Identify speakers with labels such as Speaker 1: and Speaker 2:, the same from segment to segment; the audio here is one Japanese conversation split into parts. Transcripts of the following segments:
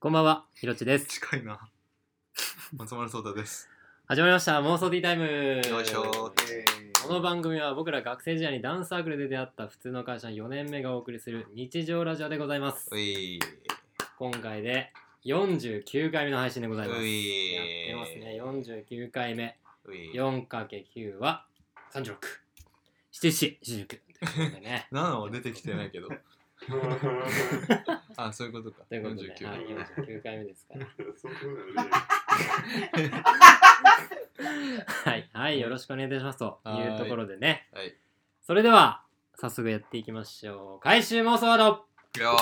Speaker 1: こんばんは、ひろちです。
Speaker 2: 近いな。松丸聡太です。
Speaker 1: 始まりました、妄想ティータイム。
Speaker 2: よいしょ
Speaker 1: この番組は僕ら学生時代にダンスサークルで出会った普通の会社4年目がお送りする日常ラジオでございます
Speaker 2: う。い。
Speaker 1: 今回で49回目の配信でございます。
Speaker 2: う
Speaker 1: やっ
Speaker 2: い
Speaker 1: てますね、49回目。
Speaker 2: うい。。
Speaker 1: 4×9 は36。77、79。ということでね
Speaker 2: 7は 出てきてな いけど。あ、そういうことか。
Speaker 1: ということで、
Speaker 2: 49
Speaker 1: はい、49回目ですから。はい、はい、よろしくお願いいたしますというところでね。
Speaker 2: はい。
Speaker 1: それでは、早速やっていきましょう。回収妄想ワード
Speaker 2: いやー。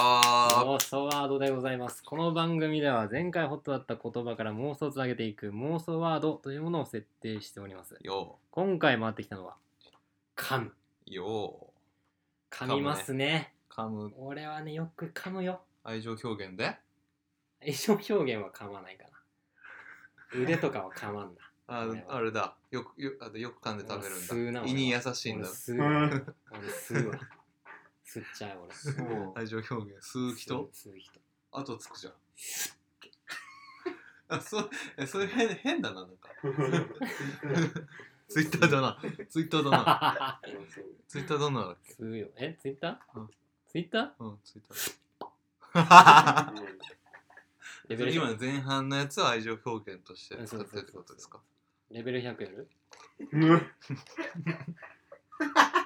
Speaker 1: 妄想ワードでございます。この番組では前回ホットだった言葉から妄想をつなげていく妄想ワードというものを設定しております。
Speaker 2: よ
Speaker 1: 今回回ってきたのは、噛む。
Speaker 2: ー。よ
Speaker 1: 噛みますね。
Speaker 2: ー。噛む
Speaker 1: 俺はね、よく噛むよ。
Speaker 2: 愛情表現で。
Speaker 1: 衣装表現は噛まないかな。腕とかは噛まんな。
Speaker 2: ああれだ。よく、よあとよく噛んで 食べるんだ。
Speaker 1: 俺吸うな
Speaker 2: 胃に優しいん
Speaker 1: 俺
Speaker 2: だ。
Speaker 1: 吸うわ。俺吸うわ。吸っちゃう俺。
Speaker 3: そう
Speaker 2: 愛情表現。吸う人
Speaker 1: 吸う人。
Speaker 2: あとつくじゃん。 あ、そう、えそれ変変だな、なんか。ツイッターだな。ツイッターだな。ツイッターどんなのだっけ
Speaker 1: 吸うよ。え、ツイッター、
Speaker 2: うん
Speaker 1: ツイッター
Speaker 2: うん、ツイッター。
Speaker 1: レベル
Speaker 2: 今
Speaker 1: 100
Speaker 2: の前半のやつは愛情表現として使ってるってことですか
Speaker 1: レベル100やる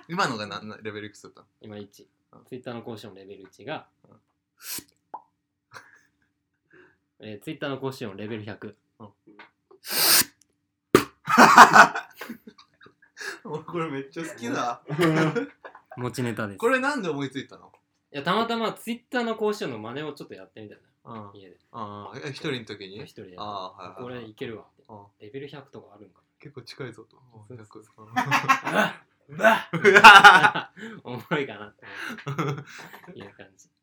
Speaker 2: 今のが何のレベルいくつだったの
Speaker 1: 今1。ツ
Speaker 2: うん
Speaker 1: イッターの講師のレベル1が
Speaker 2: うん、
Speaker 1: えー、ツイッターの講師のレベル100。
Speaker 2: 俺これめっちゃ好きだ。
Speaker 1: 持ちネタです。
Speaker 2: こ
Speaker 1: い
Speaker 2: れなんで思いついたの
Speaker 1: や、たまたまツイッターの講師の真似をちょっとやってみたい
Speaker 2: うん
Speaker 1: な。。家で。
Speaker 2: あーえ一人の時
Speaker 1: 一
Speaker 2: に
Speaker 1: 人でやって。
Speaker 2: ああ、はい
Speaker 1: こ
Speaker 2: はいは
Speaker 1: れ
Speaker 2: い。
Speaker 1: いけるわって。
Speaker 2: あ
Speaker 1: レベル100とかあるんか
Speaker 2: 結構近いぞと。
Speaker 1: そう
Speaker 2: 100
Speaker 1: そう な。
Speaker 2: う
Speaker 1: うわ
Speaker 2: わ
Speaker 1: おもろいかなって 思っていう感じ。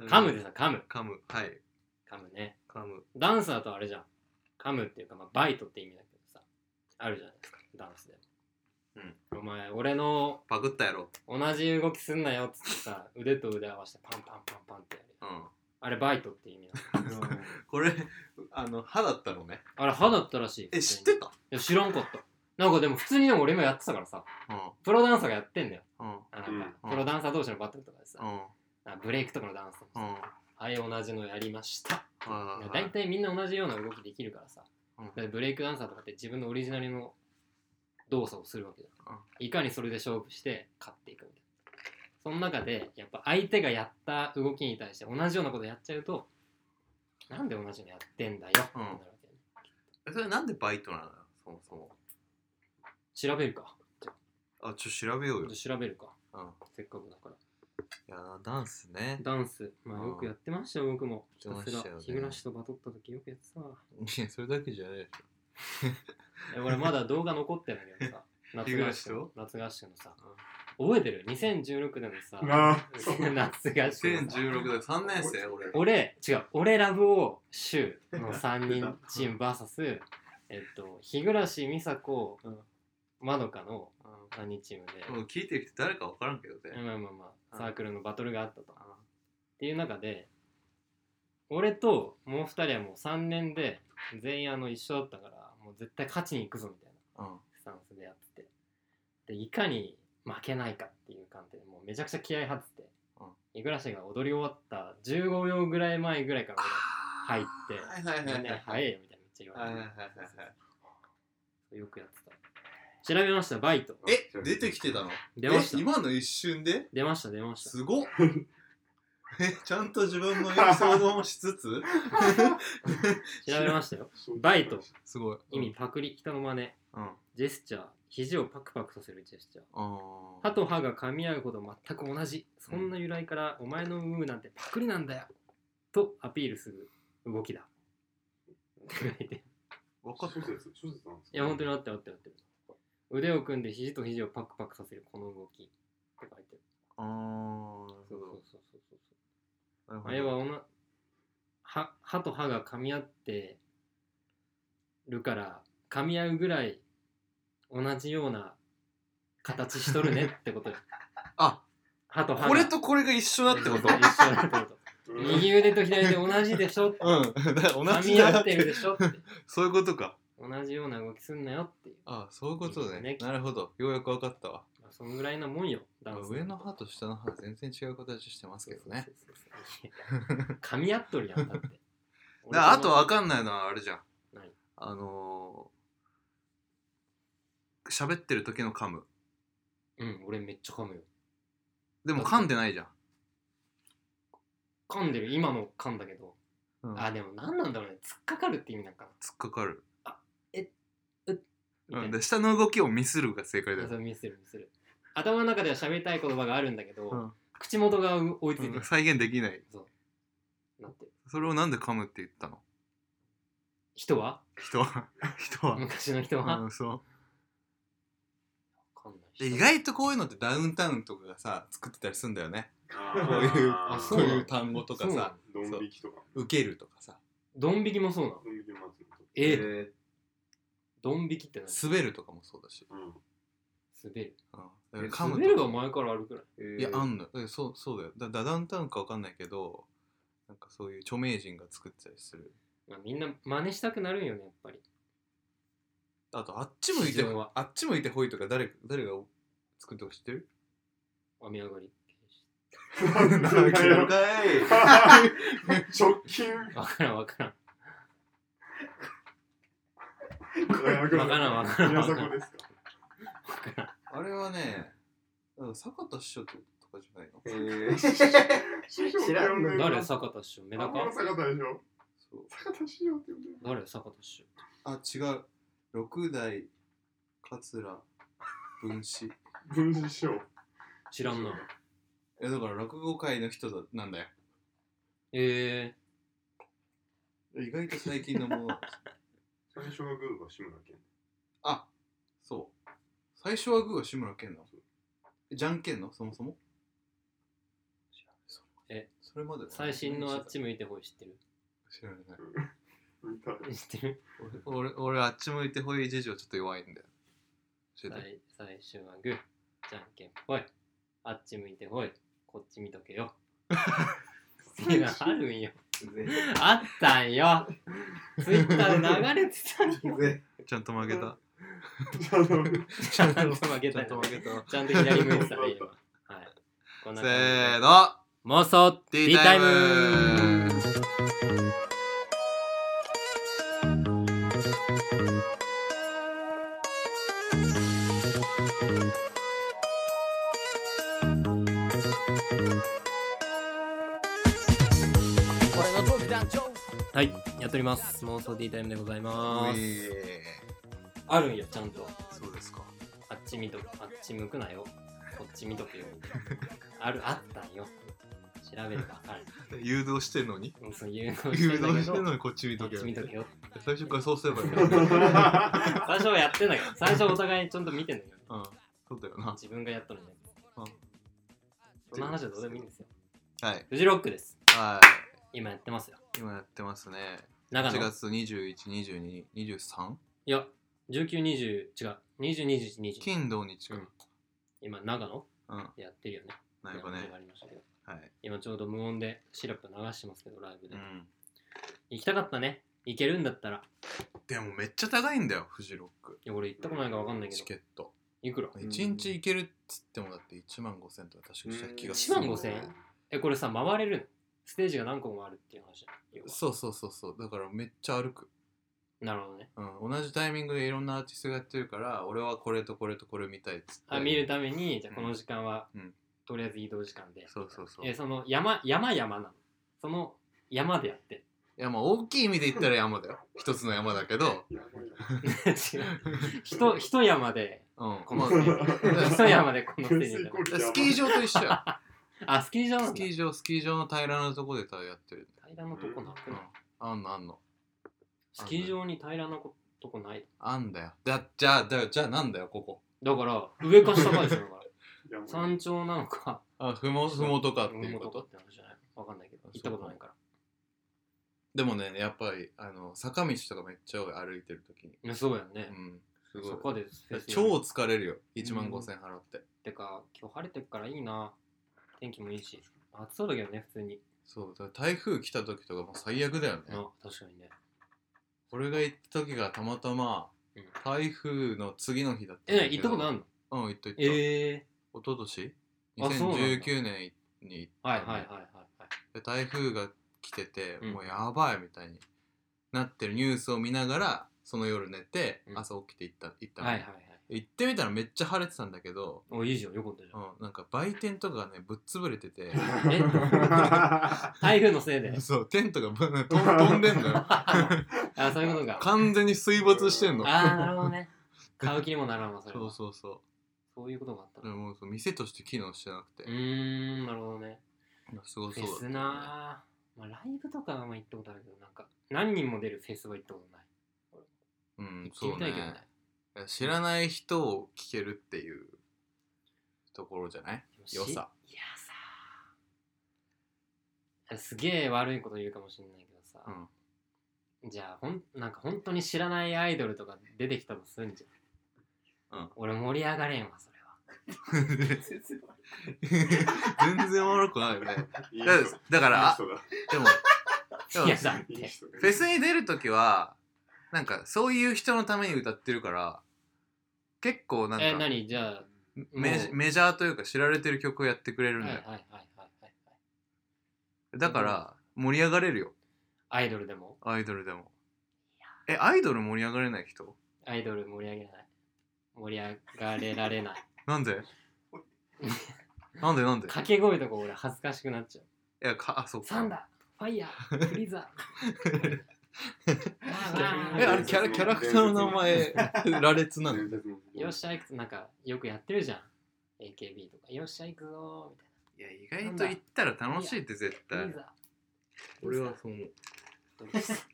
Speaker 1: 噛むでさ、噛む。
Speaker 2: 噛む。はい。
Speaker 1: 噛むね。
Speaker 2: 噛む。
Speaker 1: ダンサーとあれじゃん。噛むっていうか、まあ、バイトって意味だけどさ。あるじゃないですか、ダンスで。お前、俺の
Speaker 2: パクったやろ。
Speaker 1: 同じ動きすんなよっつってさ、腕と腕合わせてパンパンパンパンってやる。
Speaker 2: うん。
Speaker 1: あれ、バイトって意味なの。
Speaker 2: これ、あの、歯だったのね。
Speaker 1: あれ、歯だったらしい。
Speaker 2: え、知って
Speaker 1: い
Speaker 2: た
Speaker 1: や、知らんかった。なんかでも、普通にでも俺もやってたからさ、
Speaker 2: う
Speaker 1: プロダンサーがやってんだよ。
Speaker 2: ん。うん。
Speaker 1: あなんか
Speaker 2: うん
Speaker 1: プロダンサー同士のバトルとかでさ、
Speaker 2: うん。
Speaker 1: なんかブレイクとかのダンスとか
Speaker 2: う
Speaker 1: さ、
Speaker 2: ん。
Speaker 1: あれ同じのやりました。
Speaker 2: あ
Speaker 1: だいたいみんな同じような動きできるからさ、
Speaker 2: うん
Speaker 1: だってブレイクダンサーとかって自分のオリジナルの動作をするわけじゃん、
Speaker 2: うん
Speaker 1: いかにそれで勝負して勝っていくみたいなその中でやっぱ相手がやった動きに対して同じようなことやっちゃうとなんで同じのやってんだよってなるわけ、ね
Speaker 2: えそれなんでバイトなのよそもそも
Speaker 1: 調べるか
Speaker 2: あちょっと調べよ
Speaker 1: ちょ
Speaker 2: うよ
Speaker 1: っ、と調べるか
Speaker 2: うん、い
Speaker 1: せっかくだから
Speaker 2: やダンスね
Speaker 1: ダンス、ま
Speaker 2: う
Speaker 1: あ、
Speaker 2: ん
Speaker 1: よくやってましたよ僕もひ
Speaker 2: やったてますした
Speaker 1: ら
Speaker 2: よね
Speaker 1: 日暮らしとバトった時よくやってたわ
Speaker 2: いやそれだけじゃないでしょ
Speaker 1: え俺まだ動画残ってるんだけ どさ夏
Speaker 2: 日暮
Speaker 1: 合
Speaker 2: らし
Speaker 1: 宿の
Speaker 2: と
Speaker 1: 夏合宿のさ覚えてる2016年のさ 夏合宿のさ
Speaker 2: 2016だ3年生俺
Speaker 1: 俺違う俺ラブを柊の3人チーム VS えっと日暮美佐子
Speaker 2: うん
Speaker 1: まどかの
Speaker 2: う
Speaker 1: 3人チーム
Speaker 2: んも
Speaker 1: で、
Speaker 2: う聞いてる人誰か分からんけどね
Speaker 1: まあまあまあ
Speaker 2: うん
Speaker 1: サークルのバトルがあったとっていう中で俺ともう2人はもう3年で全員あの一緒だったからもう絶対勝ちに行くぞみたいな
Speaker 2: うん
Speaker 1: スタンスでやっててでいかに負けないかっていう観点でもうめちゃくちゃ気合い張ってて、
Speaker 2: うん
Speaker 1: 日暮が踊り終わった15秒ぐらい前ぐらいから入って
Speaker 2: はいはい
Speaker 1: 俺「
Speaker 2: はい
Speaker 1: ね
Speaker 2: はい
Speaker 1: 早いよ」みたいなめっちゃ言わ
Speaker 2: はい
Speaker 1: れ
Speaker 2: はい
Speaker 1: て、
Speaker 2: はいはい
Speaker 1: よくやってた調べましたバイト
Speaker 2: え出てきてたの
Speaker 1: 出ました
Speaker 2: え今の一瞬で
Speaker 1: 出ました出ました
Speaker 2: すごっえちゃんと自分の予想もしつつ
Speaker 1: 調べましたよバイト
Speaker 2: すごい
Speaker 1: 意味パクリ人の真似
Speaker 2: うん
Speaker 1: ジェスチャー肘をパクパクさせるジェスチャー
Speaker 2: あ
Speaker 1: 歯と歯が噛み合うほど全く同じそんな由来からお前のムーなんてパクリなんだよとアピールする動きだって書いて
Speaker 2: 分かった
Speaker 1: いや、本当にあってるあってるあってる。腕を組んで肘と肘をパクパクさせるこの動き。って書いてる。
Speaker 2: あー
Speaker 1: そうそうそうそうそう。
Speaker 2: なるほど
Speaker 1: あれはおな歯歯と歯が噛み合ってるから、噛み合うぐらい同じような形 しとるねってことよ
Speaker 2: あ
Speaker 1: 歯と歯が
Speaker 2: これとこれが一緒だってこ
Speaker 1: 一
Speaker 2: と
Speaker 1: 緒だってこと。右腕と左腕同じでしょ
Speaker 2: うん。だから 同
Speaker 1: 噛
Speaker 2: じ
Speaker 1: み合
Speaker 2: だ
Speaker 1: っ
Speaker 2: ってて
Speaker 1: るでしょって
Speaker 2: そういうことか。
Speaker 1: 同じような動きすんなよっていう、
Speaker 2: ああ、そういうことね。
Speaker 1: ね
Speaker 2: なるほど。ようやく分かったわ。
Speaker 1: まあ、そのぐらいなもんよダンス
Speaker 2: 上の歯と下の歯全然違う形してますけどね。
Speaker 1: そうそうそうそう噛み合っとるやんだ って
Speaker 2: だからあと分かんないのはあれじゃん
Speaker 1: 何。
Speaker 2: あのー、喋ってる時の噛む。
Speaker 1: うん俺めっちゃ噛むよ
Speaker 2: でも噛んでないじゃん。
Speaker 1: 噛んでる今の噛んだけど、
Speaker 2: うん
Speaker 1: あでも何なんだろうね突っかかるって意味なんかな
Speaker 2: 突っかかる。
Speaker 1: みた
Speaker 2: う
Speaker 1: い
Speaker 2: ん、
Speaker 1: な
Speaker 2: で下の動きをミスるが正解だ
Speaker 1: あそ
Speaker 2: よ。
Speaker 1: う見せる見せる頭の中では喋りたい言葉があるんだけど、
Speaker 2: うん
Speaker 1: 口元が追いついて
Speaker 2: う
Speaker 1: る
Speaker 2: ん、再現できない。
Speaker 1: なってる
Speaker 2: それをなんで噛むって言ったの
Speaker 1: 人は
Speaker 2: 人は。人は。
Speaker 1: 昔の人は、わ
Speaker 2: うん、そう
Speaker 1: かんない
Speaker 2: で意外とこういうのってダウンタウンとかがさ作ってたりするんだよね
Speaker 3: こ
Speaker 2: こういう
Speaker 1: あ
Speaker 2: こ
Speaker 1: そうなの
Speaker 2: いう単語とか
Speaker 1: そうな
Speaker 2: さ
Speaker 1: の
Speaker 3: ドン引きとか。
Speaker 2: 受けるとかさ
Speaker 1: ドン引きもそうなの
Speaker 3: ドン引きもある
Speaker 1: えドン引きって何
Speaker 2: 滑るとかもそうだし、
Speaker 3: うん。
Speaker 1: 滑る
Speaker 2: うん、だから噛むとか
Speaker 1: 滑るが前からあるくらい
Speaker 2: いやあんのよえそうそうだよだだダウンタウンかわかんないけどなんかそういう著名人が作ってたりする
Speaker 1: まあ、みんな真似したくなるんよねやっぱり
Speaker 2: あとあっち向いて
Speaker 1: 市場は
Speaker 2: あっち向いてほいとか誰誰が作ったか知ってる
Speaker 1: 雨上がり
Speaker 3: なんだよ
Speaker 2: かい
Speaker 3: 直近
Speaker 1: わからんわからん
Speaker 3: わから
Speaker 1: わからんわからん
Speaker 3: 皆さんこですか
Speaker 2: あれはねうん坂田師匠とかじゃないの
Speaker 4: えー、
Speaker 3: 知
Speaker 4: らんの
Speaker 1: 誰坂田師匠メダカ
Speaker 3: 坂田でしょ
Speaker 2: そう
Speaker 3: 坂田師匠って呼んでる
Speaker 1: 誰坂田師匠
Speaker 2: あ違う六代桂文枝
Speaker 3: 分子師匠
Speaker 1: 知らんな
Speaker 2: えだから落語界の人だなんだよ
Speaker 1: え
Speaker 2: 意外と最近のもの なんですね
Speaker 3: 最初はグーは志村けん
Speaker 2: あそう最初はグーは志村けんなのじゃんけんのそもそも
Speaker 1: え
Speaker 2: それまで
Speaker 1: ー、最新のあっち
Speaker 2: 向
Speaker 1: 向いてほい知ってる
Speaker 2: 知らない
Speaker 3: 見たい
Speaker 1: 知ってる
Speaker 2: 俺俺俺あっち向いてほい事情ちょっと弱いんだよ教えて
Speaker 1: 最最初はグーじゃんけんぽいあっち向いてほいこっち見とけよっていうのあるんよあったんよツイッターで流れてたんよ
Speaker 2: ちゃんと負けた
Speaker 3: じゃあダメ
Speaker 1: ちゃんと負け
Speaker 2: ち
Speaker 1: た
Speaker 2: ゃ
Speaker 1: よ
Speaker 2: んと負けた
Speaker 1: ちゃんと左向いてたね今はいこんな感
Speaker 2: せ
Speaker 1: じで
Speaker 2: ーの
Speaker 1: 妄想
Speaker 2: T
Speaker 1: T
Speaker 2: タ
Speaker 1: タ
Speaker 2: イ
Speaker 1: イ
Speaker 2: ム
Speaker 1: ムはいやっております妄想 T タイムでございますあるんよちゃんと
Speaker 2: そうですか
Speaker 1: あっち見とあっち向くなよこっち見とけよあるあったんよ調べればわかる
Speaker 2: 誘導してんのに
Speaker 1: うんそういうのを
Speaker 2: 誘
Speaker 1: してんだ
Speaker 2: 導
Speaker 1: け
Speaker 2: してん
Speaker 1: ど
Speaker 2: のにこっち見
Speaker 1: ことっ
Speaker 2: け
Speaker 1: ち
Speaker 2: よ
Speaker 1: 見とけよ
Speaker 2: 最初からそうすればいいのに
Speaker 3: だ
Speaker 1: 最初はやってんだけど最初お互いちゃんと見てんだけど
Speaker 2: うんそうだよな
Speaker 1: 自分がやったのね
Speaker 2: うん
Speaker 1: その話はどうでもいいんですよ
Speaker 2: はい
Speaker 1: フジロックです
Speaker 2: は
Speaker 1: 今やってますよ
Speaker 2: い今やってますね
Speaker 1: 長
Speaker 2: 8
Speaker 1: 野い
Speaker 2: 月2122 23
Speaker 1: や1920違う222120
Speaker 2: 金土日か
Speaker 1: うん今長野
Speaker 2: うん
Speaker 1: でやってるよね
Speaker 2: なんか
Speaker 1: いや
Speaker 2: ね
Speaker 1: 始まりましたけど
Speaker 2: はい
Speaker 1: 今ちょうど無音でシラップ流してますけどライブで、
Speaker 2: うん
Speaker 1: 行きたかったね行けるんだったら
Speaker 2: でもめっちゃ高いんだよフジロック
Speaker 1: いや俺行ったことないから分かんないけ
Speaker 2: チ
Speaker 1: ど
Speaker 2: ケット
Speaker 1: いくら
Speaker 4: ん
Speaker 2: 1日行けるっつってもだって1万5000とか確かした気がす
Speaker 1: 1
Speaker 2: る
Speaker 1: 万5000円えこれさ回れるのステージが何個もあるっていう話要は
Speaker 2: そうそうそうそうだからめっちゃ歩く
Speaker 1: なるほどね
Speaker 2: うん、同じタイミングでいろんなアーティストがやってるから俺はこれとこれとこれ見たいっつって
Speaker 1: あ見るためにじゃあこの時間は、
Speaker 2: うん
Speaker 1: とりあえず移動時間で
Speaker 2: そうそうそう
Speaker 1: えその山山山なのその山でや ってる
Speaker 2: いやまあ大きい意味で言ったら山だよ一つの山だけど
Speaker 3: やばい
Speaker 1: 違
Speaker 3: な
Speaker 1: うひとひと山で
Speaker 2: うん
Speaker 1: この
Speaker 2: ま
Speaker 1: ステージひと 山でこのステージ
Speaker 3: 懸垂
Speaker 1: で
Speaker 3: 効率やばい
Speaker 2: あスキー場と一緒や
Speaker 1: あスキー場な
Speaker 2: ス
Speaker 1: んだ
Speaker 2: キー場スキー場の平らなとこでたやってる
Speaker 1: 平らなとこなく
Speaker 2: うん
Speaker 1: ない
Speaker 2: あんのあんの
Speaker 1: スキー場に平らなことこない
Speaker 2: あんだよだじゃあだよじゃあなんだよここ
Speaker 1: だから上か下かでしょだから
Speaker 3: やばい
Speaker 1: 山頂なのか
Speaker 2: あふもふもとかって
Speaker 1: 雲
Speaker 2: いう
Speaker 1: 母
Speaker 2: こと
Speaker 1: かっ
Speaker 2: と
Speaker 1: て話じゃないわかんないけど行ったことないから
Speaker 2: でもねやっぱりあの坂道とかめっちゃ多い歩いてる時に
Speaker 1: いやそうやんね
Speaker 2: う、んす
Speaker 1: そ
Speaker 2: ご
Speaker 1: こ
Speaker 2: い
Speaker 1: でフェスやる
Speaker 2: 超疲れるよ1万5000円払って
Speaker 1: てか今日晴れてるからいいな天気もいいし暑そうだけどね普通に
Speaker 2: そうだから台風来た時とかもう最悪だよね、
Speaker 1: な確かにね
Speaker 2: 俺が行った時がたまたま
Speaker 1: うん
Speaker 2: 台風の次の日だったんだ
Speaker 1: え行ったことあ
Speaker 2: い
Speaker 1: るの
Speaker 2: うん行った行った、
Speaker 1: え
Speaker 2: 一昨年
Speaker 1: あそうなんだ
Speaker 2: 2019年に行っ
Speaker 1: ー、はいはいはいはいはい
Speaker 2: で台風が来てて、
Speaker 1: うん
Speaker 2: もうやばいみたいになってるニュースを見ながらその夜寝て、
Speaker 1: うん
Speaker 2: 朝起きて行った行ったの
Speaker 1: はいはいはい
Speaker 2: 行ってみたらめっちゃ晴れてたんだけど、
Speaker 1: おいいじゃんよかったじ
Speaker 2: うん、なんか売店とかがねぶっ潰れ てて
Speaker 1: えゃん台風のせいで
Speaker 2: そうテントがぶん飛ん飛んでんのよ
Speaker 1: あそういうことか
Speaker 2: 完全に水没してんの
Speaker 1: ああなるほどね買う気にもならんわそれは
Speaker 2: そう
Speaker 1: そう
Speaker 2: そうそ
Speaker 1: いうことがあった
Speaker 2: うで
Speaker 1: の
Speaker 2: ももうそう店として機能してなくて
Speaker 1: う、ーんなるほどね
Speaker 2: すご
Speaker 1: フ
Speaker 2: そ
Speaker 1: ェ
Speaker 2: うだった
Speaker 1: ス
Speaker 2: ね
Speaker 1: なー、まあ、ライブとかはあんま行ったことあるけどなんか何人も出るフェスは行ったことない
Speaker 2: うん
Speaker 1: 行って
Speaker 2: そ
Speaker 1: み
Speaker 2: う
Speaker 1: た
Speaker 2: ね
Speaker 1: いけどね
Speaker 2: 知らない人を聞けるっていうところじゃない
Speaker 1: でもし
Speaker 2: 良さ
Speaker 1: いやさすげえ悪いこと言うかもしれないけどさ、じゃあほんなんか本当に知らないアイドルとか出てきたとすんじゃん、
Speaker 2: うん
Speaker 1: 俺盛り上がれんわそれは
Speaker 2: 全然おもろくないよね。
Speaker 3: いい
Speaker 2: だ
Speaker 3: 人
Speaker 2: だから、
Speaker 3: いい
Speaker 2: あ
Speaker 3: 人だ
Speaker 2: でも、でも
Speaker 1: いやだっ
Speaker 3: いい
Speaker 1: て
Speaker 3: 人だ
Speaker 2: フェスに出るときは、なんかそういう人のために歌ってるから、結構なん
Speaker 1: え
Speaker 2: か
Speaker 1: 何じゃあ
Speaker 2: メジ
Speaker 1: もう
Speaker 2: メジャーというか知られてる曲をやってくれる
Speaker 1: は
Speaker 2: ん
Speaker 1: いは
Speaker 2: だ
Speaker 1: い
Speaker 2: よ。
Speaker 1: はいはいはい
Speaker 2: だから、盛り上がれるよ、
Speaker 1: アイドルでも
Speaker 2: アイドルでも。え、アイドル盛り上がれない人
Speaker 1: アイドル盛り上げない盛り上がれられ ない
Speaker 2: なんでなんでなんで
Speaker 1: 掛け声とか俺恥ずかしくなっちゃう
Speaker 2: いや、か、あ、そうか。
Speaker 1: サンダーファイヤー フリーザー
Speaker 2: え、あれキャラキャラクターの名前、羅列 なの
Speaker 3: 伝説の
Speaker 1: よっしゃいくつなんかよくやってるじゃん AKB とかよっしゃいくぞーみたいない
Speaker 2: や、意外と行ったら楽しいって絶
Speaker 1: フリ
Speaker 2: 対
Speaker 1: ー。ザ
Speaker 2: 俺はそう思う。
Speaker 1: ー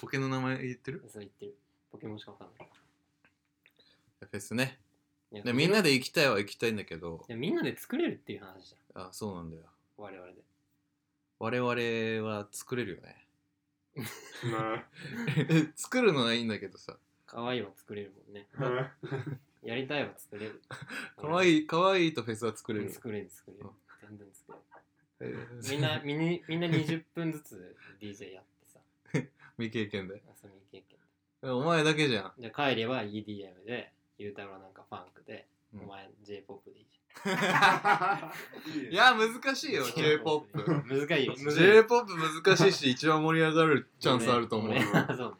Speaker 2: ポケの名前言ってる
Speaker 1: そう言ってるポケモンしかわかんない
Speaker 2: フェスね。
Speaker 1: いや
Speaker 2: でみんなで行きたいは行きたいんだけど、
Speaker 1: でみんなで作れるっていう話じゃん
Speaker 2: あ、そうなんだよ。
Speaker 1: 我々で
Speaker 2: 我々は作れるよ ね。
Speaker 3: ま
Speaker 2: 作るのはいいんだけどさ、
Speaker 1: 可愛いは作れるもんね
Speaker 3: あ
Speaker 1: やりたいは作れ る
Speaker 2: かわいい、かわいいとフェスは作れ
Speaker 1: うん
Speaker 2: る。
Speaker 1: 作れる作れる
Speaker 2: う
Speaker 1: 全然作れる
Speaker 2: えー
Speaker 1: みんなみにみんな20分ずつ DJ やってさ
Speaker 2: 未経験で。
Speaker 1: 遊び経験
Speaker 2: お前だけじゃん。
Speaker 1: で帰れば EDM でゆうたろうなんかファンクで、
Speaker 2: うん
Speaker 1: お前 J−POP でいいじ
Speaker 2: いや、難しいよ、
Speaker 1: ゃん
Speaker 2: J-POP。
Speaker 1: 難しい よ難しい
Speaker 2: J-POP 難しいし、一番盛り上がるチャンスあると思う
Speaker 1: 俺。俺 そう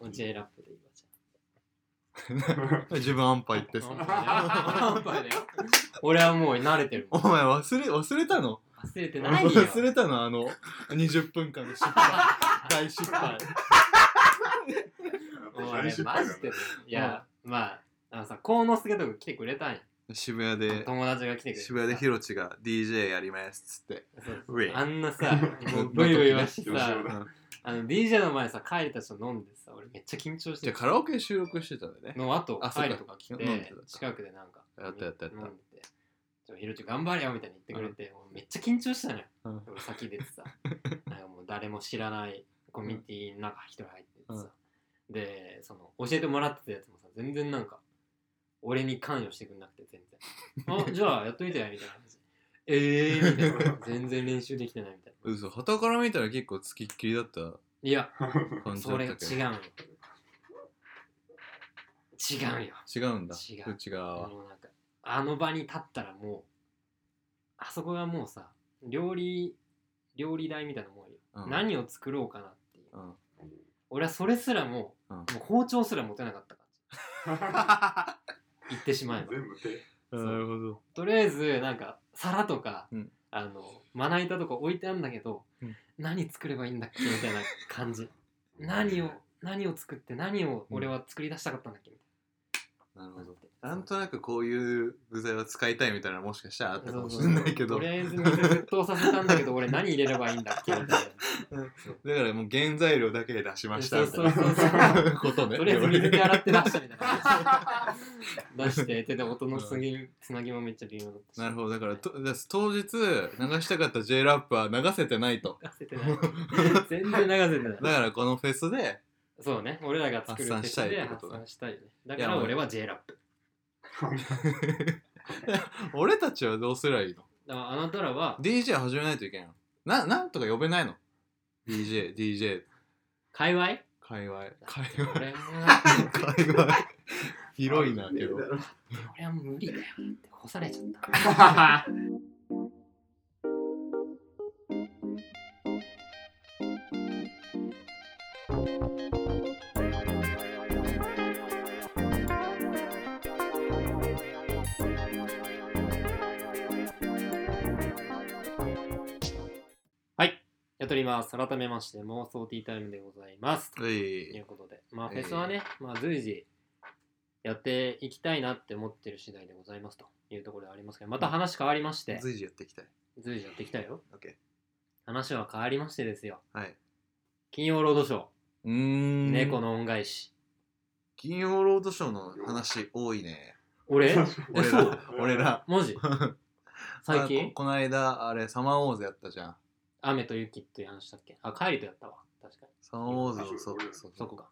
Speaker 1: 俺 J ラップでいいわじゃん
Speaker 2: 自分安パイってさ。
Speaker 1: 乾杯だよ 俺はもう慣れてるも
Speaker 2: お
Speaker 1: ん。
Speaker 2: 前忘れ、忘れたの
Speaker 1: 忘れてないよ。
Speaker 2: 忘 れたのあの、20分間の失 敗。大失敗。
Speaker 1: 俺、マ ジでね。いや、まあ、あのさ、幸之助とか来てくれたんよ。
Speaker 2: 渋谷で、
Speaker 1: 友達が来てくれてさ
Speaker 2: 渋谷でヒロチが DJ やりますっつって。
Speaker 1: そう
Speaker 2: ウェイ
Speaker 1: あんな さ、もうブイブイはして
Speaker 3: の時ね
Speaker 1: さ、あの DJ の前さ、帰りたちと飲んでさ、俺めっちゃ緊張して
Speaker 2: じゃあカラオケ収録してたんだよね。
Speaker 1: の後、
Speaker 2: あそう
Speaker 1: 帰
Speaker 2: か
Speaker 1: りとか来
Speaker 2: 飲んで
Speaker 1: て
Speaker 2: たか、
Speaker 1: 近くでなんか、
Speaker 2: やったやったやった
Speaker 1: 飲んでて、ちょ、ひろち頑張れよみたいに言ってくれて、俺めっちゃ緊張したのよ。
Speaker 2: うん
Speaker 1: 俺先出て さなんかもう誰も知らないコミュニティの中一人入っててさ、でその教えてもらってたやつもさ全然なんか俺に関与してくんなくて全 然あじゃあやっといてやみたいな感じええー、みたいな 全然練習できてないみたいな
Speaker 2: 嘘、旗から見たら結構つきっきりだった
Speaker 1: いや
Speaker 2: 感じだ
Speaker 1: そ
Speaker 2: っ
Speaker 1: れ違
Speaker 2: た
Speaker 1: う
Speaker 2: けど。
Speaker 1: よ違うよ
Speaker 2: 違うんだ。
Speaker 1: 違う
Speaker 2: 内側は。
Speaker 1: もうなんかあの場に立ったらもうあそこがもうさ料理料理台みたいなもんよ、
Speaker 2: うん
Speaker 1: 何を作ろうかなっていう
Speaker 2: うん。
Speaker 1: 俺はそれすらも
Speaker 2: うん
Speaker 1: もう包丁すら持てなかった感じ 言ってしまえば
Speaker 3: 全部手
Speaker 1: う
Speaker 2: なるほど。
Speaker 1: とりあえずなんか皿とか、
Speaker 2: うん
Speaker 1: あのまな板とか置いてあるんだけど、
Speaker 2: うん
Speaker 1: 何作ればいいんだっけみたいな感じ何を何を作って何を俺は作り出したかったんだっけみ
Speaker 2: なる
Speaker 1: た
Speaker 2: ほ
Speaker 1: いな
Speaker 2: ど。なんとなくこういう具材を使いたいみたいなのもしかしたらあったかもしれないけど。
Speaker 1: とりあえず水沸騰させたんだけど俺何入れればいいんだっけみたいな
Speaker 2: だからもう原材料だけで出しましたみたい
Speaker 1: そうそうそう
Speaker 2: なことね。
Speaker 1: とりあえず水で洗って出したみたいな出して手で音のつなぎつなぎもめっちゃ微妙だったし
Speaker 2: なるほど。だからとだ当日流したかった J ラップは流せてないと。
Speaker 1: 流せてない全然流せてない
Speaker 2: だからこのフェスで、
Speaker 1: そうね、俺らが作る
Speaker 2: 発散したい
Speaker 1: フェスで
Speaker 2: ってことね
Speaker 1: 発散したいよね。だ
Speaker 2: いや
Speaker 1: から俺は J ラップ。
Speaker 2: 俺たちはどうすりゃいいの
Speaker 1: だからあなたら は
Speaker 2: DJ 始めないといけないのななんとか呼べないの DJDJ DJ
Speaker 1: 界隈
Speaker 2: 界隈界
Speaker 1: こ
Speaker 2: 隈
Speaker 1: れは
Speaker 2: 界隈広いなけど
Speaker 1: これは無理だよって干されちゃった。はい、やっております。改めまして、妄想ティータイムでございます。
Speaker 2: う
Speaker 1: とい
Speaker 2: いう
Speaker 1: ことで、まあ、
Speaker 2: え
Speaker 1: フ
Speaker 2: ー
Speaker 1: ェスはね、まあ、随時やっていきたいなって思ってる次第でございますというところではありますけど、また話変わりまして、
Speaker 2: 随時やっていきたい
Speaker 1: 随時やっていきたいよ。
Speaker 2: OK
Speaker 1: 話は変わりましてですよ。
Speaker 2: はい
Speaker 1: 金曜ロードショー、
Speaker 2: うーん
Speaker 1: 猫の恩返し。
Speaker 2: 金曜ロードショーの話多いね
Speaker 1: 俺え、
Speaker 2: 俺
Speaker 1: そう
Speaker 2: ら俺ら
Speaker 1: マジ最
Speaker 2: あこ
Speaker 1: 近
Speaker 2: この間あれサマーウォーズやったじゃん
Speaker 1: 雨と雪っていう話したっけあ、帰りとやったわ。確かに。
Speaker 2: サマーウォーズ
Speaker 3: うん
Speaker 2: そう
Speaker 3: あ
Speaker 2: そうそ
Speaker 1: そうこか。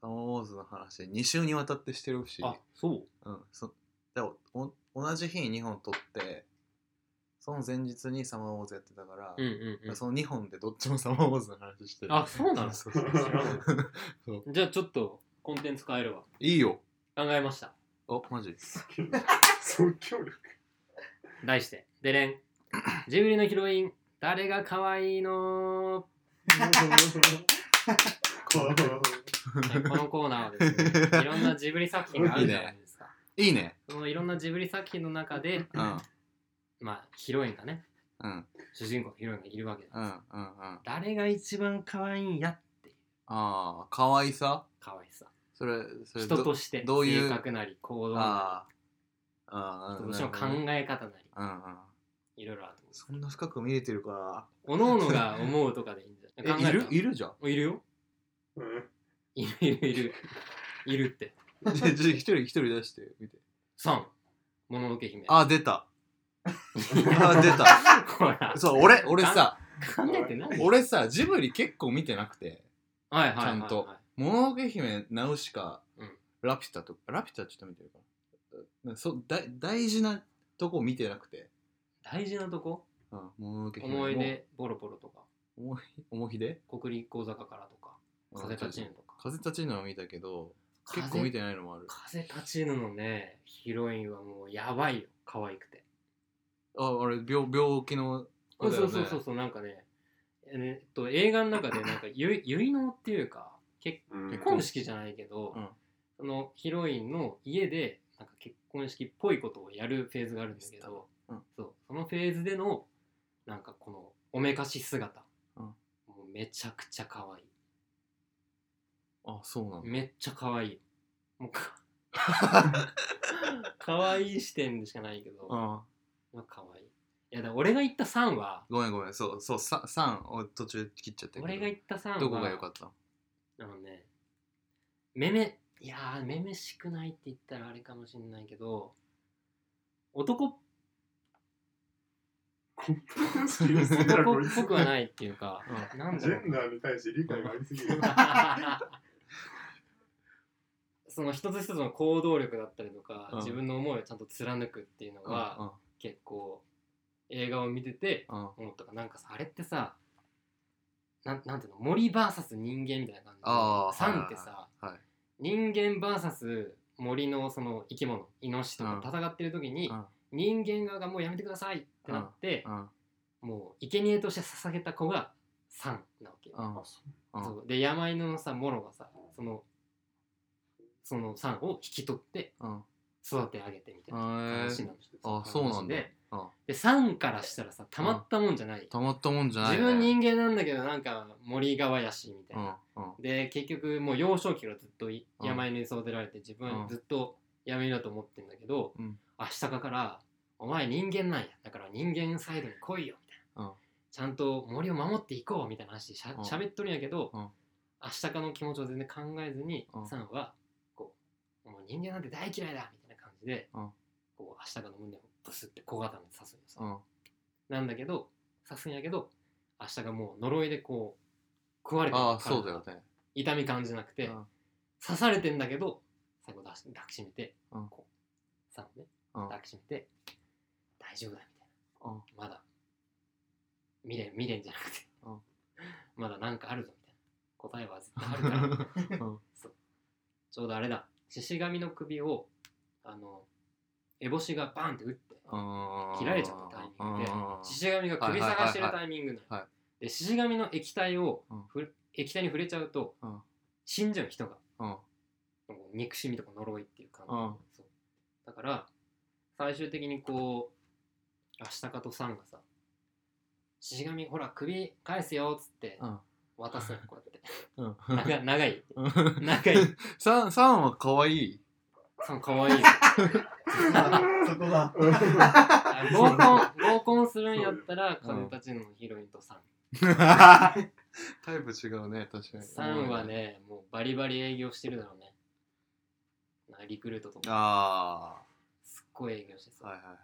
Speaker 2: サマーウォーズの話2週にわたってしてるし
Speaker 1: あ、そう。
Speaker 2: うん、そでもお同じ日に2本撮ってその前日にサマーウォーズやってたから
Speaker 1: うん、うんうん。
Speaker 2: その2本でどっちもサマーウォーズの話してる
Speaker 1: あ、そうなの
Speaker 2: そうそう
Speaker 3: 知らな
Speaker 1: じゃあちょっとコンテンツ変えるわ。
Speaker 2: いいよ
Speaker 1: 考えました。
Speaker 2: あマジ
Speaker 3: 即興力
Speaker 1: 題して、でれん。ジブリのヒロイン、誰が可愛いの、はい このコーナーはですね、いろんなジブリ作品があるじゃないですか。
Speaker 2: いいね
Speaker 1: そのいろんなジブリ作品の中で、
Speaker 2: うん
Speaker 1: まあ、ヒロインがね、
Speaker 2: うん
Speaker 1: 主人公のヒロインがいるわけです。
Speaker 2: うんうんうん
Speaker 1: 誰が一番可愛いんやっていう
Speaker 2: ああ可愛さ
Speaker 1: 可愛さ。
Speaker 2: それそれ
Speaker 1: 人
Speaker 2: ど
Speaker 1: として、
Speaker 2: どういう
Speaker 1: 性格なり、行動な
Speaker 2: あーあ
Speaker 1: り、
Speaker 2: ー
Speaker 1: 人としての考
Speaker 2: なるほどね
Speaker 1: え方なり、
Speaker 2: うんうん
Speaker 1: いろいろあると思うんです。
Speaker 2: そんな深く見れてるか
Speaker 1: おのおのが思うとかでいいんじゃな
Speaker 2: え
Speaker 1: い
Speaker 2: いる
Speaker 1: い
Speaker 2: いるじゃ ん
Speaker 1: るいるよ。いるいるいる。いるって。
Speaker 2: じゃあ一人一人出してみて
Speaker 1: 3、もののけ姫。
Speaker 2: あー出たあー出た
Speaker 1: ほら。
Speaker 2: そう俺俺さ
Speaker 1: 考えてない
Speaker 2: 俺さジブリ結構見てなくて
Speaker 1: はいはいはい、はい、
Speaker 2: ちゃんと「もののけ姫」「ナウシカ」
Speaker 1: うん
Speaker 2: ラピュタ」とかラピュタちょっと見てるからそうだ大事なとこ見てなくて
Speaker 1: 大事なとこ
Speaker 2: 「うんもののけ姫」
Speaker 1: 思い出ボロボロとか
Speaker 2: も「思い出」
Speaker 1: 国立小坂からとか
Speaker 2: うん
Speaker 1: 風立ちぬとか
Speaker 2: 風立ちぬは見たけど結構見てないのもある
Speaker 1: 風風立ちぬのねヒロインはもうやばいよ可愛くて、
Speaker 2: ああれ病病気の
Speaker 1: そ
Speaker 2: 子
Speaker 1: う
Speaker 2: だ
Speaker 1: そ
Speaker 2: よ
Speaker 1: う
Speaker 2: ね
Speaker 1: そうそうそうなんかねえっと映画の中でなんかゆ結納っていう か結
Speaker 2: 結
Speaker 1: 婚式じゃないけど、
Speaker 2: うん
Speaker 1: そのヒロインの家でなんか結婚式っぽいことをやるフェーズがあるんだけど、
Speaker 2: うん
Speaker 1: そうそのフェーズでのなんかこのおめかし姿、
Speaker 2: うん
Speaker 1: もうめちゃくちゃ可愛い
Speaker 2: あそうなんだ
Speaker 1: めっちゃ可愛いもう か可愛い視点でしかないけど、
Speaker 2: あ
Speaker 1: まあ可愛いいやだから俺が言った3は
Speaker 2: ごめんごめんそうそうさ3を途中で切っちゃったけど
Speaker 1: 俺が言った3は
Speaker 2: どこが良かったの
Speaker 1: あのね、めめ、いやー、めめしくないって言ったらあれかもしんないけど、 男、男っぽくはないっていう か、なんだ
Speaker 3: ジ
Speaker 1: ろ
Speaker 3: ェンダーに対して理解がありすぎる。
Speaker 1: う。 その一つ一つの行動力だったりとか、
Speaker 2: うん
Speaker 1: 自分の思いをちゃんと貫くっていうの
Speaker 2: うん
Speaker 1: が、結構映画を見てて
Speaker 2: うんうん
Speaker 1: 思ったかなんかさあれってさなんなんていうの森 VS 人間みたいな感じで
Speaker 2: あー
Speaker 1: サンって
Speaker 2: はい
Speaker 1: さ
Speaker 2: はい
Speaker 1: 人間 VS 森のその生き物イノシシとか戦ってる時に、
Speaker 2: うん
Speaker 1: 人間側がもうやめてくださいってなって、
Speaker 2: うん
Speaker 1: もう生贄として捧げた子がサンなわけ、
Speaker 2: うんうん
Speaker 1: そうで山犬のさモロがさそのそのサンを引き取って
Speaker 2: うん
Speaker 1: 育て上げてみたいな
Speaker 2: え
Speaker 1: 話
Speaker 2: ー
Speaker 1: なんですよ
Speaker 2: あそうなんだ
Speaker 1: で
Speaker 2: うん
Speaker 1: でサンからしたらさたまったもんじゃない、
Speaker 2: たまったもんじゃない
Speaker 1: 自
Speaker 2: ね
Speaker 1: 分人間なんだけどなんか森側やしみたい
Speaker 2: うん
Speaker 1: な、
Speaker 2: うん
Speaker 1: で結局もう幼少期からずっとい
Speaker 2: うん
Speaker 1: 山犬に育てられて自分はずっと闇だと思ってんだけど、
Speaker 2: うん
Speaker 1: 明日かから「お前人間なんやだから人間サイドに来いよ」みたいな、
Speaker 2: うん
Speaker 1: ちゃんと森を守っていこうみたいな話でしゃ,、
Speaker 2: うん
Speaker 1: べっとるんやけど、
Speaker 2: うん
Speaker 1: 明日かの気持ちを全然考えずに、
Speaker 2: うん
Speaker 1: サンはこう「もう人間なんて大嫌いだ」みたいな感じで、
Speaker 2: うん
Speaker 1: こう明日かの胸をブスって小型に刺すんです
Speaker 2: うん
Speaker 1: なんだけど刺すんやけど明日がもう呪いでこう食われてる
Speaker 2: ああ
Speaker 1: から
Speaker 2: そうだよね
Speaker 1: 痛み感じなくて、
Speaker 2: うん
Speaker 1: 刺されてんだけど最後出し抱きしめて、
Speaker 2: うん
Speaker 1: こうサンをね
Speaker 2: うん
Speaker 1: 抱きしめて大丈夫だみたい
Speaker 2: うん
Speaker 1: まだ未練未練じゃなくて
Speaker 2: うん
Speaker 1: まだなんかあるぞみたいな答えは絶対あるから ちょうどあれだ獅子神の首をあの烏帽子がバンって打って 切られちゃったタイミングで獅子神が首探してるタイミングな
Speaker 2: はい
Speaker 1: の
Speaker 2: はいはいは
Speaker 1: で獅子神の液体を
Speaker 2: うん
Speaker 1: ふ、液体に触れちゃうと、
Speaker 2: うん
Speaker 1: 死んじゃう人が
Speaker 2: うん
Speaker 1: もう憎しみとか呪いっていう感じ、
Speaker 2: うん
Speaker 1: そうだから最終的にこうアシタカとサンがさ「獅子神ほら首返すよ」っつって
Speaker 2: うん
Speaker 1: 渡 すのこうやって
Speaker 2: うん
Speaker 1: 長長い
Speaker 2: うん
Speaker 1: 長い
Speaker 2: サンサンは可愛い
Speaker 1: そのかわいい
Speaker 4: そこが。
Speaker 1: あ合コン合コンするんやったら風立ちぬのヒロインとサン
Speaker 2: タイプ違うね確かに
Speaker 1: サンはねもうバリバリ営業してるだろうねなリクルートとか
Speaker 2: あ
Speaker 1: すっごい営業して
Speaker 2: あ
Speaker 1: さ、
Speaker 2: はいは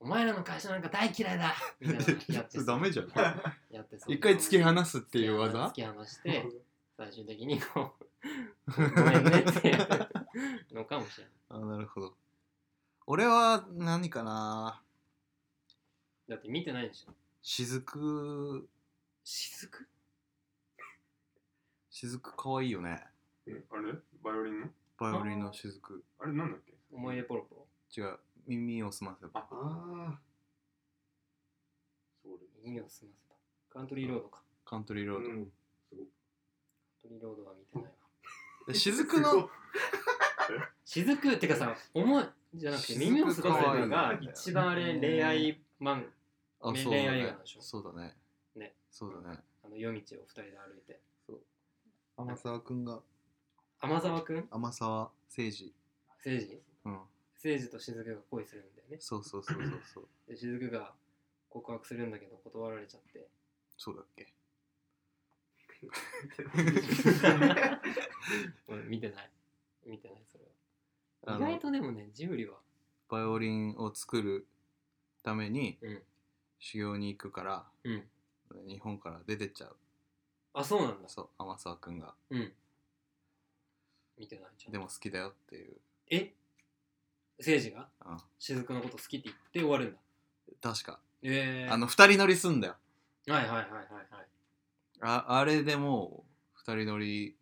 Speaker 1: お前らの会社なんか大嫌いだみたいなの やっ
Speaker 2: い
Speaker 1: て
Speaker 2: はい
Speaker 1: さ
Speaker 2: ダメじゃん
Speaker 1: やってそう
Speaker 2: 一回突き放すっていう
Speaker 1: 突
Speaker 2: 技
Speaker 1: き放 して最終的にこ うごめんねってやるのかもしれない
Speaker 2: あなるほど俺は何かな
Speaker 1: だって見てないでしょ
Speaker 2: 雫
Speaker 1: 雫
Speaker 2: 雫可愛いよね
Speaker 3: えあれバイオリンの
Speaker 2: バイオリンの雫
Speaker 3: あれなんだっけ
Speaker 1: 思い出ポロポ
Speaker 2: 違う耳を澄ませば
Speaker 3: あ
Speaker 4: あ
Speaker 3: そ
Speaker 1: ロ耳を澄ませばカントリーロードか
Speaker 2: カントリーロ
Speaker 3: れ
Speaker 2: ード、
Speaker 3: うん
Speaker 1: カントリーロードは見てないわ
Speaker 2: で雫の
Speaker 1: 雫ってかさ思いじゃなくて耳をすませばが一番あれ恋愛漫画
Speaker 2: あ
Speaker 1: め
Speaker 2: そうだ
Speaker 1: 恋愛映画
Speaker 2: ね
Speaker 1: なんでしょ
Speaker 2: そうだね
Speaker 1: ね
Speaker 2: そうだね
Speaker 1: あの夜道を二人で歩いて
Speaker 2: 天沢くんが
Speaker 1: 天沢くん
Speaker 2: 天沢誠治
Speaker 1: 聖治
Speaker 2: うん
Speaker 1: 聖治と雫が恋するんだよね
Speaker 2: そうそうそうそうそう
Speaker 1: で雫が告白するんだけど断られちゃって
Speaker 2: そうだっ け
Speaker 1: 俺 見てない見てないそれは
Speaker 2: あ
Speaker 1: 意
Speaker 2: の
Speaker 1: 外とでもねジブリは
Speaker 2: バイオリンを作るために
Speaker 1: うん
Speaker 2: 修行に行くから、
Speaker 1: うん
Speaker 2: 日本から出てっちゃう
Speaker 1: あそうなんだ
Speaker 2: そう天沢くんが
Speaker 1: うん見てないじゃん
Speaker 2: でも好きだよっていう、
Speaker 1: え聖治が
Speaker 2: うん、
Speaker 1: 雫のこと好きって言って終わるんだ
Speaker 2: 確か
Speaker 1: ええー、
Speaker 2: あの二人乗りすんだよ
Speaker 1: はいはいはいはいはい
Speaker 2: ああれでもう二人乗り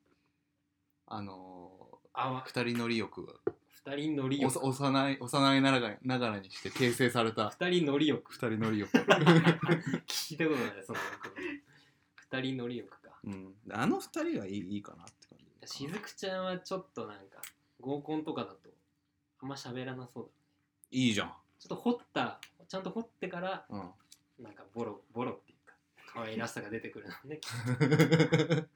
Speaker 2: あの
Speaker 1: あ
Speaker 2: ー
Speaker 1: わ
Speaker 2: 二人乗り欲が
Speaker 1: 二人乗り
Speaker 2: お
Speaker 1: 欲
Speaker 2: さ幼い幼いながらながらにして形成された
Speaker 1: 二人乗り欲
Speaker 2: 二人乗り欲、
Speaker 1: 聞いたことないその二人乗り欲か
Speaker 2: うん、あの二人がいいいいかなって感じ
Speaker 1: しずくちゃんはちょっとなんか合コンとかだとあんま喋らなそうだ
Speaker 2: いいじゃん、
Speaker 1: ちょっと掘ったちゃんと掘ってから
Speaker 2: うん、
Speaker 1: なんかボロボロっていうか可愛らしさが出てくるので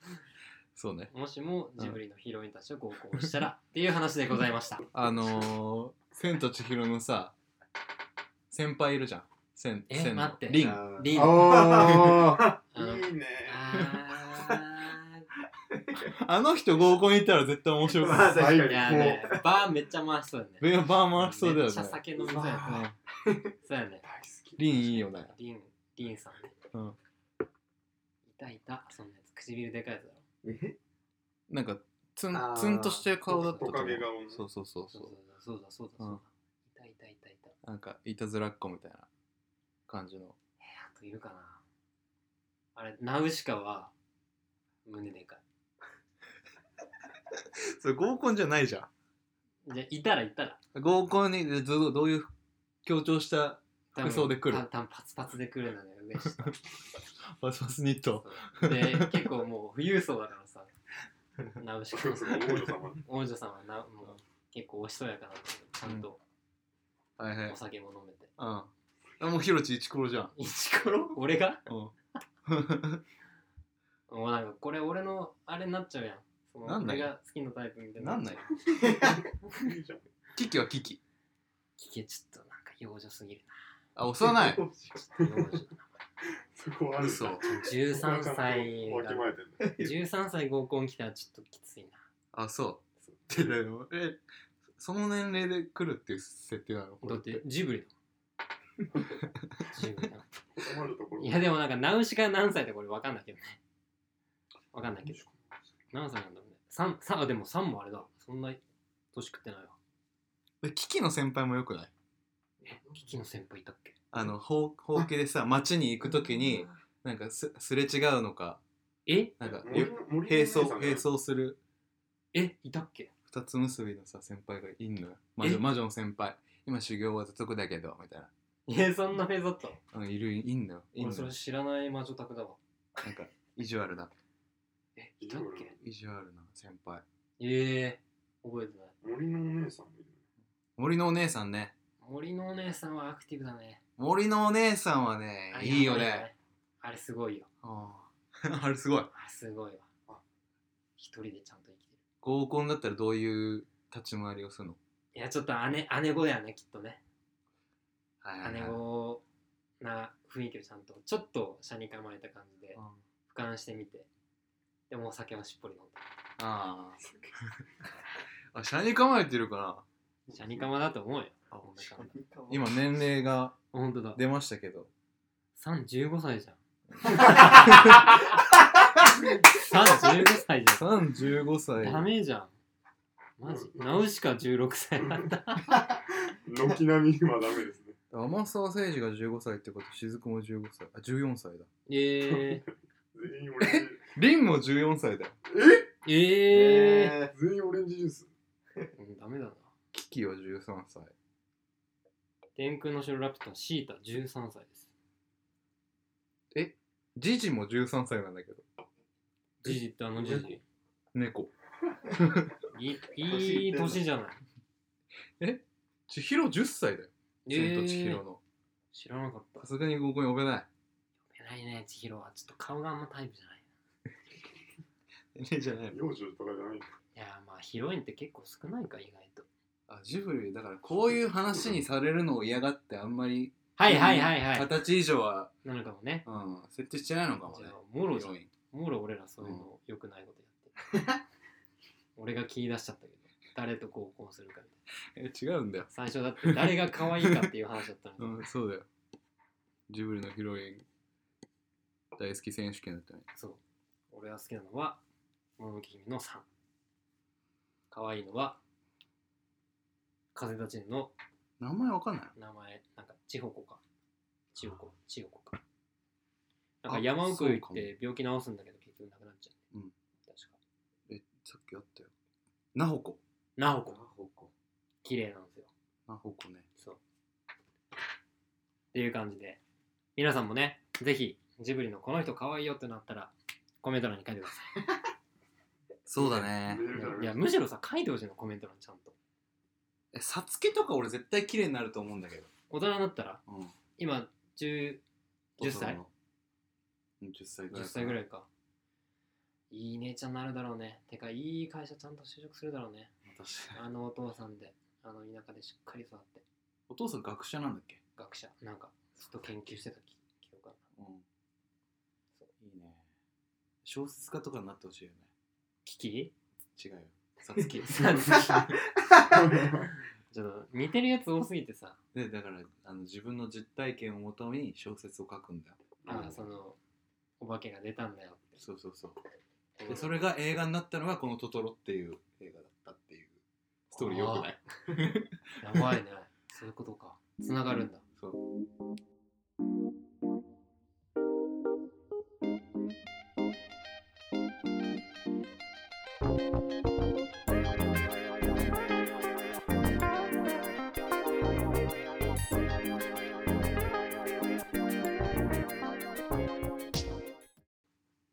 Speaker 2: そうね
Speaker 1: もしもジブリのヒロインたちを合コンしたらっていう話でございま した
Speaker 2: あのー「千と千尋」のさ先輩いるじゃん千
Speaker 1: え
Speaker 2: 千の
Speaker 1: 待って
Speaker 2: リン
Speaker 4: あ。
Speaker 1: リン
Speaker 4: あ
Speaker 1: あの
Speaker 3: いいね
Speaker 1: あ
Speaker 2: あの人合コン行ったら絶対面白くない
Speaker 4: まあ
Speaker 3: 最
Speaker 1: ーいやねバーめっちゃ回しそうだね
Speaker 2: ベアバー回しそうだ
Speaker 1: め
Speaker 2: よ
Speaker 1: っ
Speaker 2: ね
Speaker 1: ちゃ酒飲みそうやね
Speaker 2: うん
Speaker 1: そうやね
Speaker 3: 大好き
Speaker 2: リンいいよね
Speaker 1: リンリンさんね
Speaker 2: うん
Speaker 1: いたいたそんなやつ唇でかいやつだろ
Speaker 4: え
Speaker 2: なんかツン
Speaker 4: あー
Speaker 2: ツンとしてる顔だったと思
Speaker 3: トカ
Speaker 2: う
Speaker 3: ゲ顔の
Speaker 2: そうそうそう
Speaker 1: そ
Speaker 2: そうう
Speaker 1: そうだそうだそうだそうだ、いたいたいたいた
Speaker 2: なんかいたずらっ子みたいな感じの
Speaker 1: あといるかなあれナウシカは胸でか
Speaker 2: それ合コンじゃないじゃ
Speaker 1: いじゃあいたらいたら
Speaker 2: ん合コンにどどどういう強調した
Speaker 1: 多
Speaker 2: 服装で来る
Speaker 1: た多分パツパツで来るんだね上下
Speaker 2: パスパスニット
Speaker 1: そうで結構もう富裕層だからさナウシカ
Speaker 3: そうそう王女様
Speaker 1: 王女様なもう結構おしとやかなんだけどちゃんと
Speaker 2: はいはい
Speaker 1: お酒も飲めて、
Speaker 2: うんあもうヒロチイチコロじゃん
Speaker 1: イチコロ俺が
Speaker 2: うん
Speaker 1: もうなんかこれ俺のあれになっちゃうやんその
Speaker 2: なんだ
Speaker 1: 俺
Speaker 2: よ
Speaker 1: が好きなタイプみたいに
Speaker 2: な
Speaker 1: なんっち
Speaker 2: な
Speaker 1: ゃ
Speaker 2: いう
Speaker 3: いいじゃん
Speaker 2: キキはキキ
Speaker 1: 聞けちょっとなんか幼女すぎる
Speaker 2: あ幼い。
Speaker 1: なちょっと幼 女だな
Speaker 3: そこはあるんだ
Speaker 2: 嘘
Speaker 1: 13歳
Speaker 3: わきまえてんだ
Speaker 1: 13歳合コン来たらちょっときつい
Speaker 2: あそうてでもえその年齢で来るっていう設定なのこ
Speaker 1: な。だ
Speaker 2: れ
Speaker 1: ってジブリだもんジブリだも
Speaker 3: 困るところ
Speaker 1: んいやでもなんかナウシカ何歳ってこれ分かんないけどね。分かんないけど。何歳なんだろうね。三三あでも3もあれだ。そんな年食ってないわ。
Speaker 2: えキキの先輩もよくない
Speaker 1: え、キキの先輩いたっけ
Speaker 2: あのほうほうきでさ街に行く時になんかすすれ違うのか
Speaker 1: え
Speaker 2: なんか
Speaker 3: 森の森の
Speaker 2: 並
Speaker 3: 姉さ
Speaker 2: 走
Speaker 3: んが
Speaker 2: 並走する
Speaker 1: えいたっけ
Speaker 2: 二つ結びのさ先輩がいんのよ魔女
Speaker 1: え
Speaker 2: 魔女の先輩今修行終わったとこだけどみたいな
Speaker 1: えそんなフェーズだったの
Speaker 2: あのいるいんのよいん
Speaker 1: 俺
Speaker 2: の
Speaker 1: そ
Speaker 2: よ
Speaker 1: れ知らない魔女宅だわ
Speaker 2: なんか意地悪な
Speaker 1: えいたっけ
Speaker 2: 意地悪な先輩
Speaker 1: ええ覚えてない
Speaker 3: 森のお姉さんがいる
Speaker 2: 森のお姉さんね
Speaker 1: 森のお姉さんはアクティブだね
Speaker 2: 森のお姉さんはね
Speaker 1: あれ
Speaker 2: いい
Speaker 1: や
Speaker 2: よ
Speaker 1: ば
Speaker 2: ね
Speaker 1: あれすごいよ
Speaker 2: あー あれすごい
Speaker 1: あれすごいわあ一人でちゃんと生きてる
Speaker 2: 合コンだったらどういう立ち回りをするの
Speaker 1: いやちょっと姉姉子だよねきっとね
Speaker 2: はい
Speaker 1: 姉子な雰囲気をちゃんとちょっと車に構えた感じで
Speaker 2: あ
Speaker 1: 俯瞰してみてでもお酒はしっぽり飲んで
Speaker 2: あーあ車に構えてるかな
Speaker 1: 車に構だと思うよ
Speaker 2: あ
Speaker 1: こんな感じ
Speaker 2: 今年齢が
Speaker 1: 本当だ
Speaker 2: 出ましたけど
Speaker 1: 315歳じゃん315歳じ
Speaker 2: 35
Speaker 1: ゃんダ
Speaker 2: 歳
Speaker 1: メじゃんマジナウシカ16歳 なんだ
Speaker 3: 軒並みはダメですね
Speaker 2: 天沢誠司が15歳ってこと雫も15歳あ14歳だ
Speaker 1: えー、
Speaker 3: 全員オレンジ
Speaker 2: 凛も14歳だよ
Speaker 1: えー、
Speaker 4: え
Speaker 3: 全員オレンジジュース
Speaker 1: うん、ダメだな
Speaker 2: キキは13歳
Speaker 1: 天空の城ラピュタシータ13歳です
Speaker 2: ジジも13歳なんだけど
Speaker 1: ジジってあのジジ
Speaker 2: 猫
Speaker 1: いいいい年じゃない
Speaker 2: 千尋10歳だよ
Speaker 1: え
Speaker 2: 千と千
Speaker 1: ー
Speaker 2: 尋の
Speaker 1: 知らなかった
Speaker 2: さすがに合コン呼べない
Speaker 1: 偉いね千尋はちょっと顔があんまタイプじゃない
Speaker 2: ねえじゃない
Speaker 3: 幼女とかじゃない
Speaker 1: いやーまあヒロインって結構少ないか意外と
Speaker 2: あジブリだからこういう話にされるのを嫌がってあんまり
Speaker 1: はいはいはいはい、
Speaker 2: 二十歳以上は、
Speaker 1: なのかもね
Speaker 2: うん、設定してないのかも
Speaker 1: じ
Speaker 2: ね
Speaker 1: ゃあもろじゃん
Speaker 2: ヒロイン
Speaker 1: もろ俺らそういうの良くないことやって、 俺が気出しちゃったけど誰と合コンするかみたいな
Speaker 2: え違うんだよ、
Speaker 1: 最初だって誰が可愛いかっていう話だった
Speaker 2: う
Speaker 1: のに
Speaker 2: ん、そうだよジブリのヒロイン大好き選手権だったね
Speaker 1: そう俺が好きなのはものき姫の3可愛いのは風立ちぬの
Speaker 2: 名前わかんない
Speaker 1: 名前なんか千穂子か千代子千代子かなんか山奥行って病気治すんだけど結局なくなっちゃう、
Speaker 2: うん、
Speaker 1: 確か
Speaker 2: えさっきあったよなほこ
Speaker 1: なほこ
Speaker 2: ほこ
Speaker 1: 綺麗なんですよ
Speaker 2: なほこね
Speaker 1: そう。っていう感じで、皆さんもね、ぜひ、ジブリのこの人可愛いよってなったら、コメント欄に書いてくださ
Speaker 2: そうだね
Speaker 3: メールじゃない
Speaker 1: い。いや、むしろさ、書いてほしいの、コメント欄にちゃんと。
Speaker 2: えさつきとか俺絶対綺麗になると思うんだけど、
Speaker 1: 大人になったら、
Speaker 2: うん、
Speaker 1: 今、10, 10歳
Speaker 2: うん10歳ぐらい
Speaker 1: ?10 歳ぐら
Speaker 2: い
Speaker 1: いか。いい姉ちゃんになるだろうね。てか、いい会社ちゃんと就職するだろうね。
Speaker 2: 私
Speaker 1: あのお父さんで、あの田舎でしっかり育って、
Speaker 2: お父さん学者なんだっけ
Speaker 1: 学者、なんか、ずっと研究してた記記憶がある
Speaker 2: うんいいね小説家とかになってほしいよね
Speaker 1: キキ
Speaker 2: 違うよさ つ き
Speaker 1: さつ ちょっと、似てるやつ多すぎてさ、
Speaker 2: でだからあの自分の実体験をもとに小説を書くんだよ
Speaker 1: ああそのお化けが出たんだよっ
Speaker 2: そうそうそう
Speaker 1: て
Speaker 2: でそれが映画になったのがこの「トトロ」っていう映画だったっていうストーリーよくない
Speaker 1: やばいねそういうことかつながるんだ
Speaker 2: そう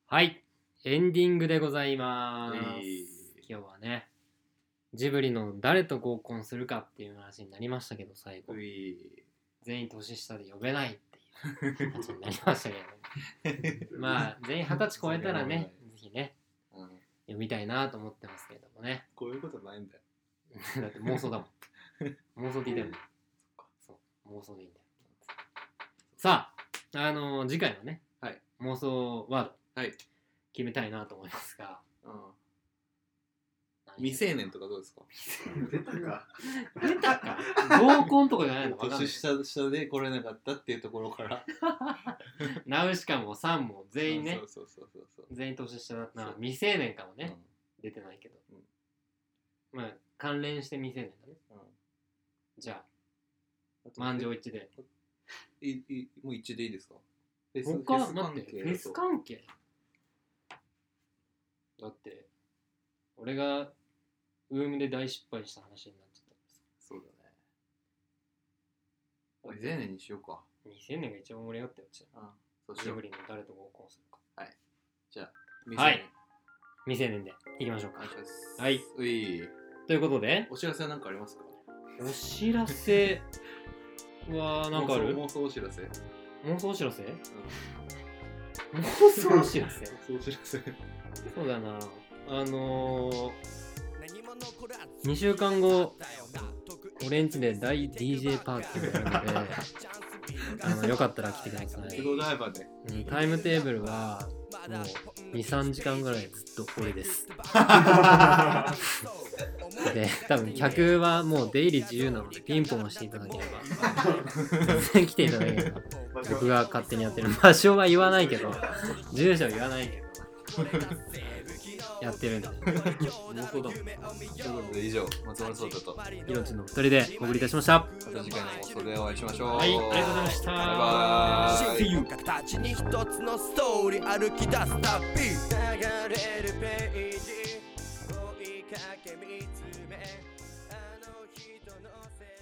Speaker 1: はいエンディングでございます、
Speaker 2: えい
Speaker 1: 今日はねジブリの誰と合コンするかっていう話になりましたけど最後
Speaker 2: うい
Speaker 1: 全員年下で呼べないっていう話になりました けどまあ全員二十歳超えたらねぜひね
Speaker 2: うん
Speaker 1: 呼びたいなと思ってますけれどもね
Speaker 2: こういうことないんだよ
Speaker 1: だって妄想だも ん。妄想でいいんだよ。そう、妄想でいいんだよ。さあ、あのー次回のね、
Speaker 2: はい
Speaker 1: 妄想ワード、
Speaker 2: はい
Speaker 1: 決めたいなと思いますが、
Speaker 2: うん未成年とかどうですか
Speaker 4: 出たか
Speaker 1: 何出たか合コンとかじゃないのわかんない
Speaker 2: 年下下で来れなかったっていうところから
Speaker 1: ナウシカもサンも全員ね
Speaker 2: そう、そうそうそうそう
Speaker 1: 全員年下だったな
Speaker 2: そう
Speaker 1: 未成年かもね、
Speaker 2: うん
Speaker 1: 出てないけど
Speaker 2: うん。
Speaker 1: まあ、関連して未成年だね。
Speaker 2: うん
Speaker 1: じゃあ、
Speaker 2: あと
Speaker 1: 満場一致で。
Speaker 2: いいもう一致でいいですかフェス
Speaker 1: 他
Speaker 2: フェス関
Speaker 1: 待って
Speaker 2: 係
Speaker 1: フェ
Speaker 2: だ
Speaker 1: ス
Speaker 2: と
Speaker 1: 関係だって俺がウームで大失敗した話になっちゃっ
Speaker 2: そうだね俺前年にしようか
Speaker 1: たんです2000年が一番盛り上がったよじゃ
Speaker 2: うんそう
Speaker 1: あ
Speaker 2: し
Speaker 1: ジ
Speaker 2: よ
Speaker 1: ブ
Speaker 2: う
Speaker 1: リの誰と合コンするか
Speaker 2: 未
Speaker 1: はい
Speaker 2: 成年
Speaker 1: 未成年でいきましょう
Speaker 2: お
Speaker 1: か
Speaker 2: 願いします
Speaker 1: はいう
Speaker 2: い
Speaker 1: ということで
Speaker 2: お知らせは何かありますか
Speaker 1: お知らせは何かある
Speaker 2: 妄想妄想お知らせ、うん、
Speaker 1: 妄想お知らせ妄想お知らせ
Speaker 2: 妄想お知ら せ
Speaker 1: そうだなあのー、2週間後俺んちで大 DJ パーティーがあるのであのよかったら来てくださ
Speaker 2: 鉄道
Speaker 1: い
Speaker 2: ダイバーで
Speaker 1: うんタイムテーブルはもう23時間ぐらいずっと俺ですで多分客はもう出入り自由なのでピンポンをしていただければ 全然来ていただければ僕が勝手にやってる場所は言わないけど住所は言わないけどやってるんで
Speaker 2: 妄想だもんということで以上松丸聡太と
Speaker 1: 命の二人でお送りいたしました
Speaker 2: また次回の放送でお会いしましょう
Speaker 1: はいありがとうございました
Speaker 2: バイバーイ
Speaker 5: 形に一つのストーリー歩き出す旅流れるページ追いかけ見つめあの人の背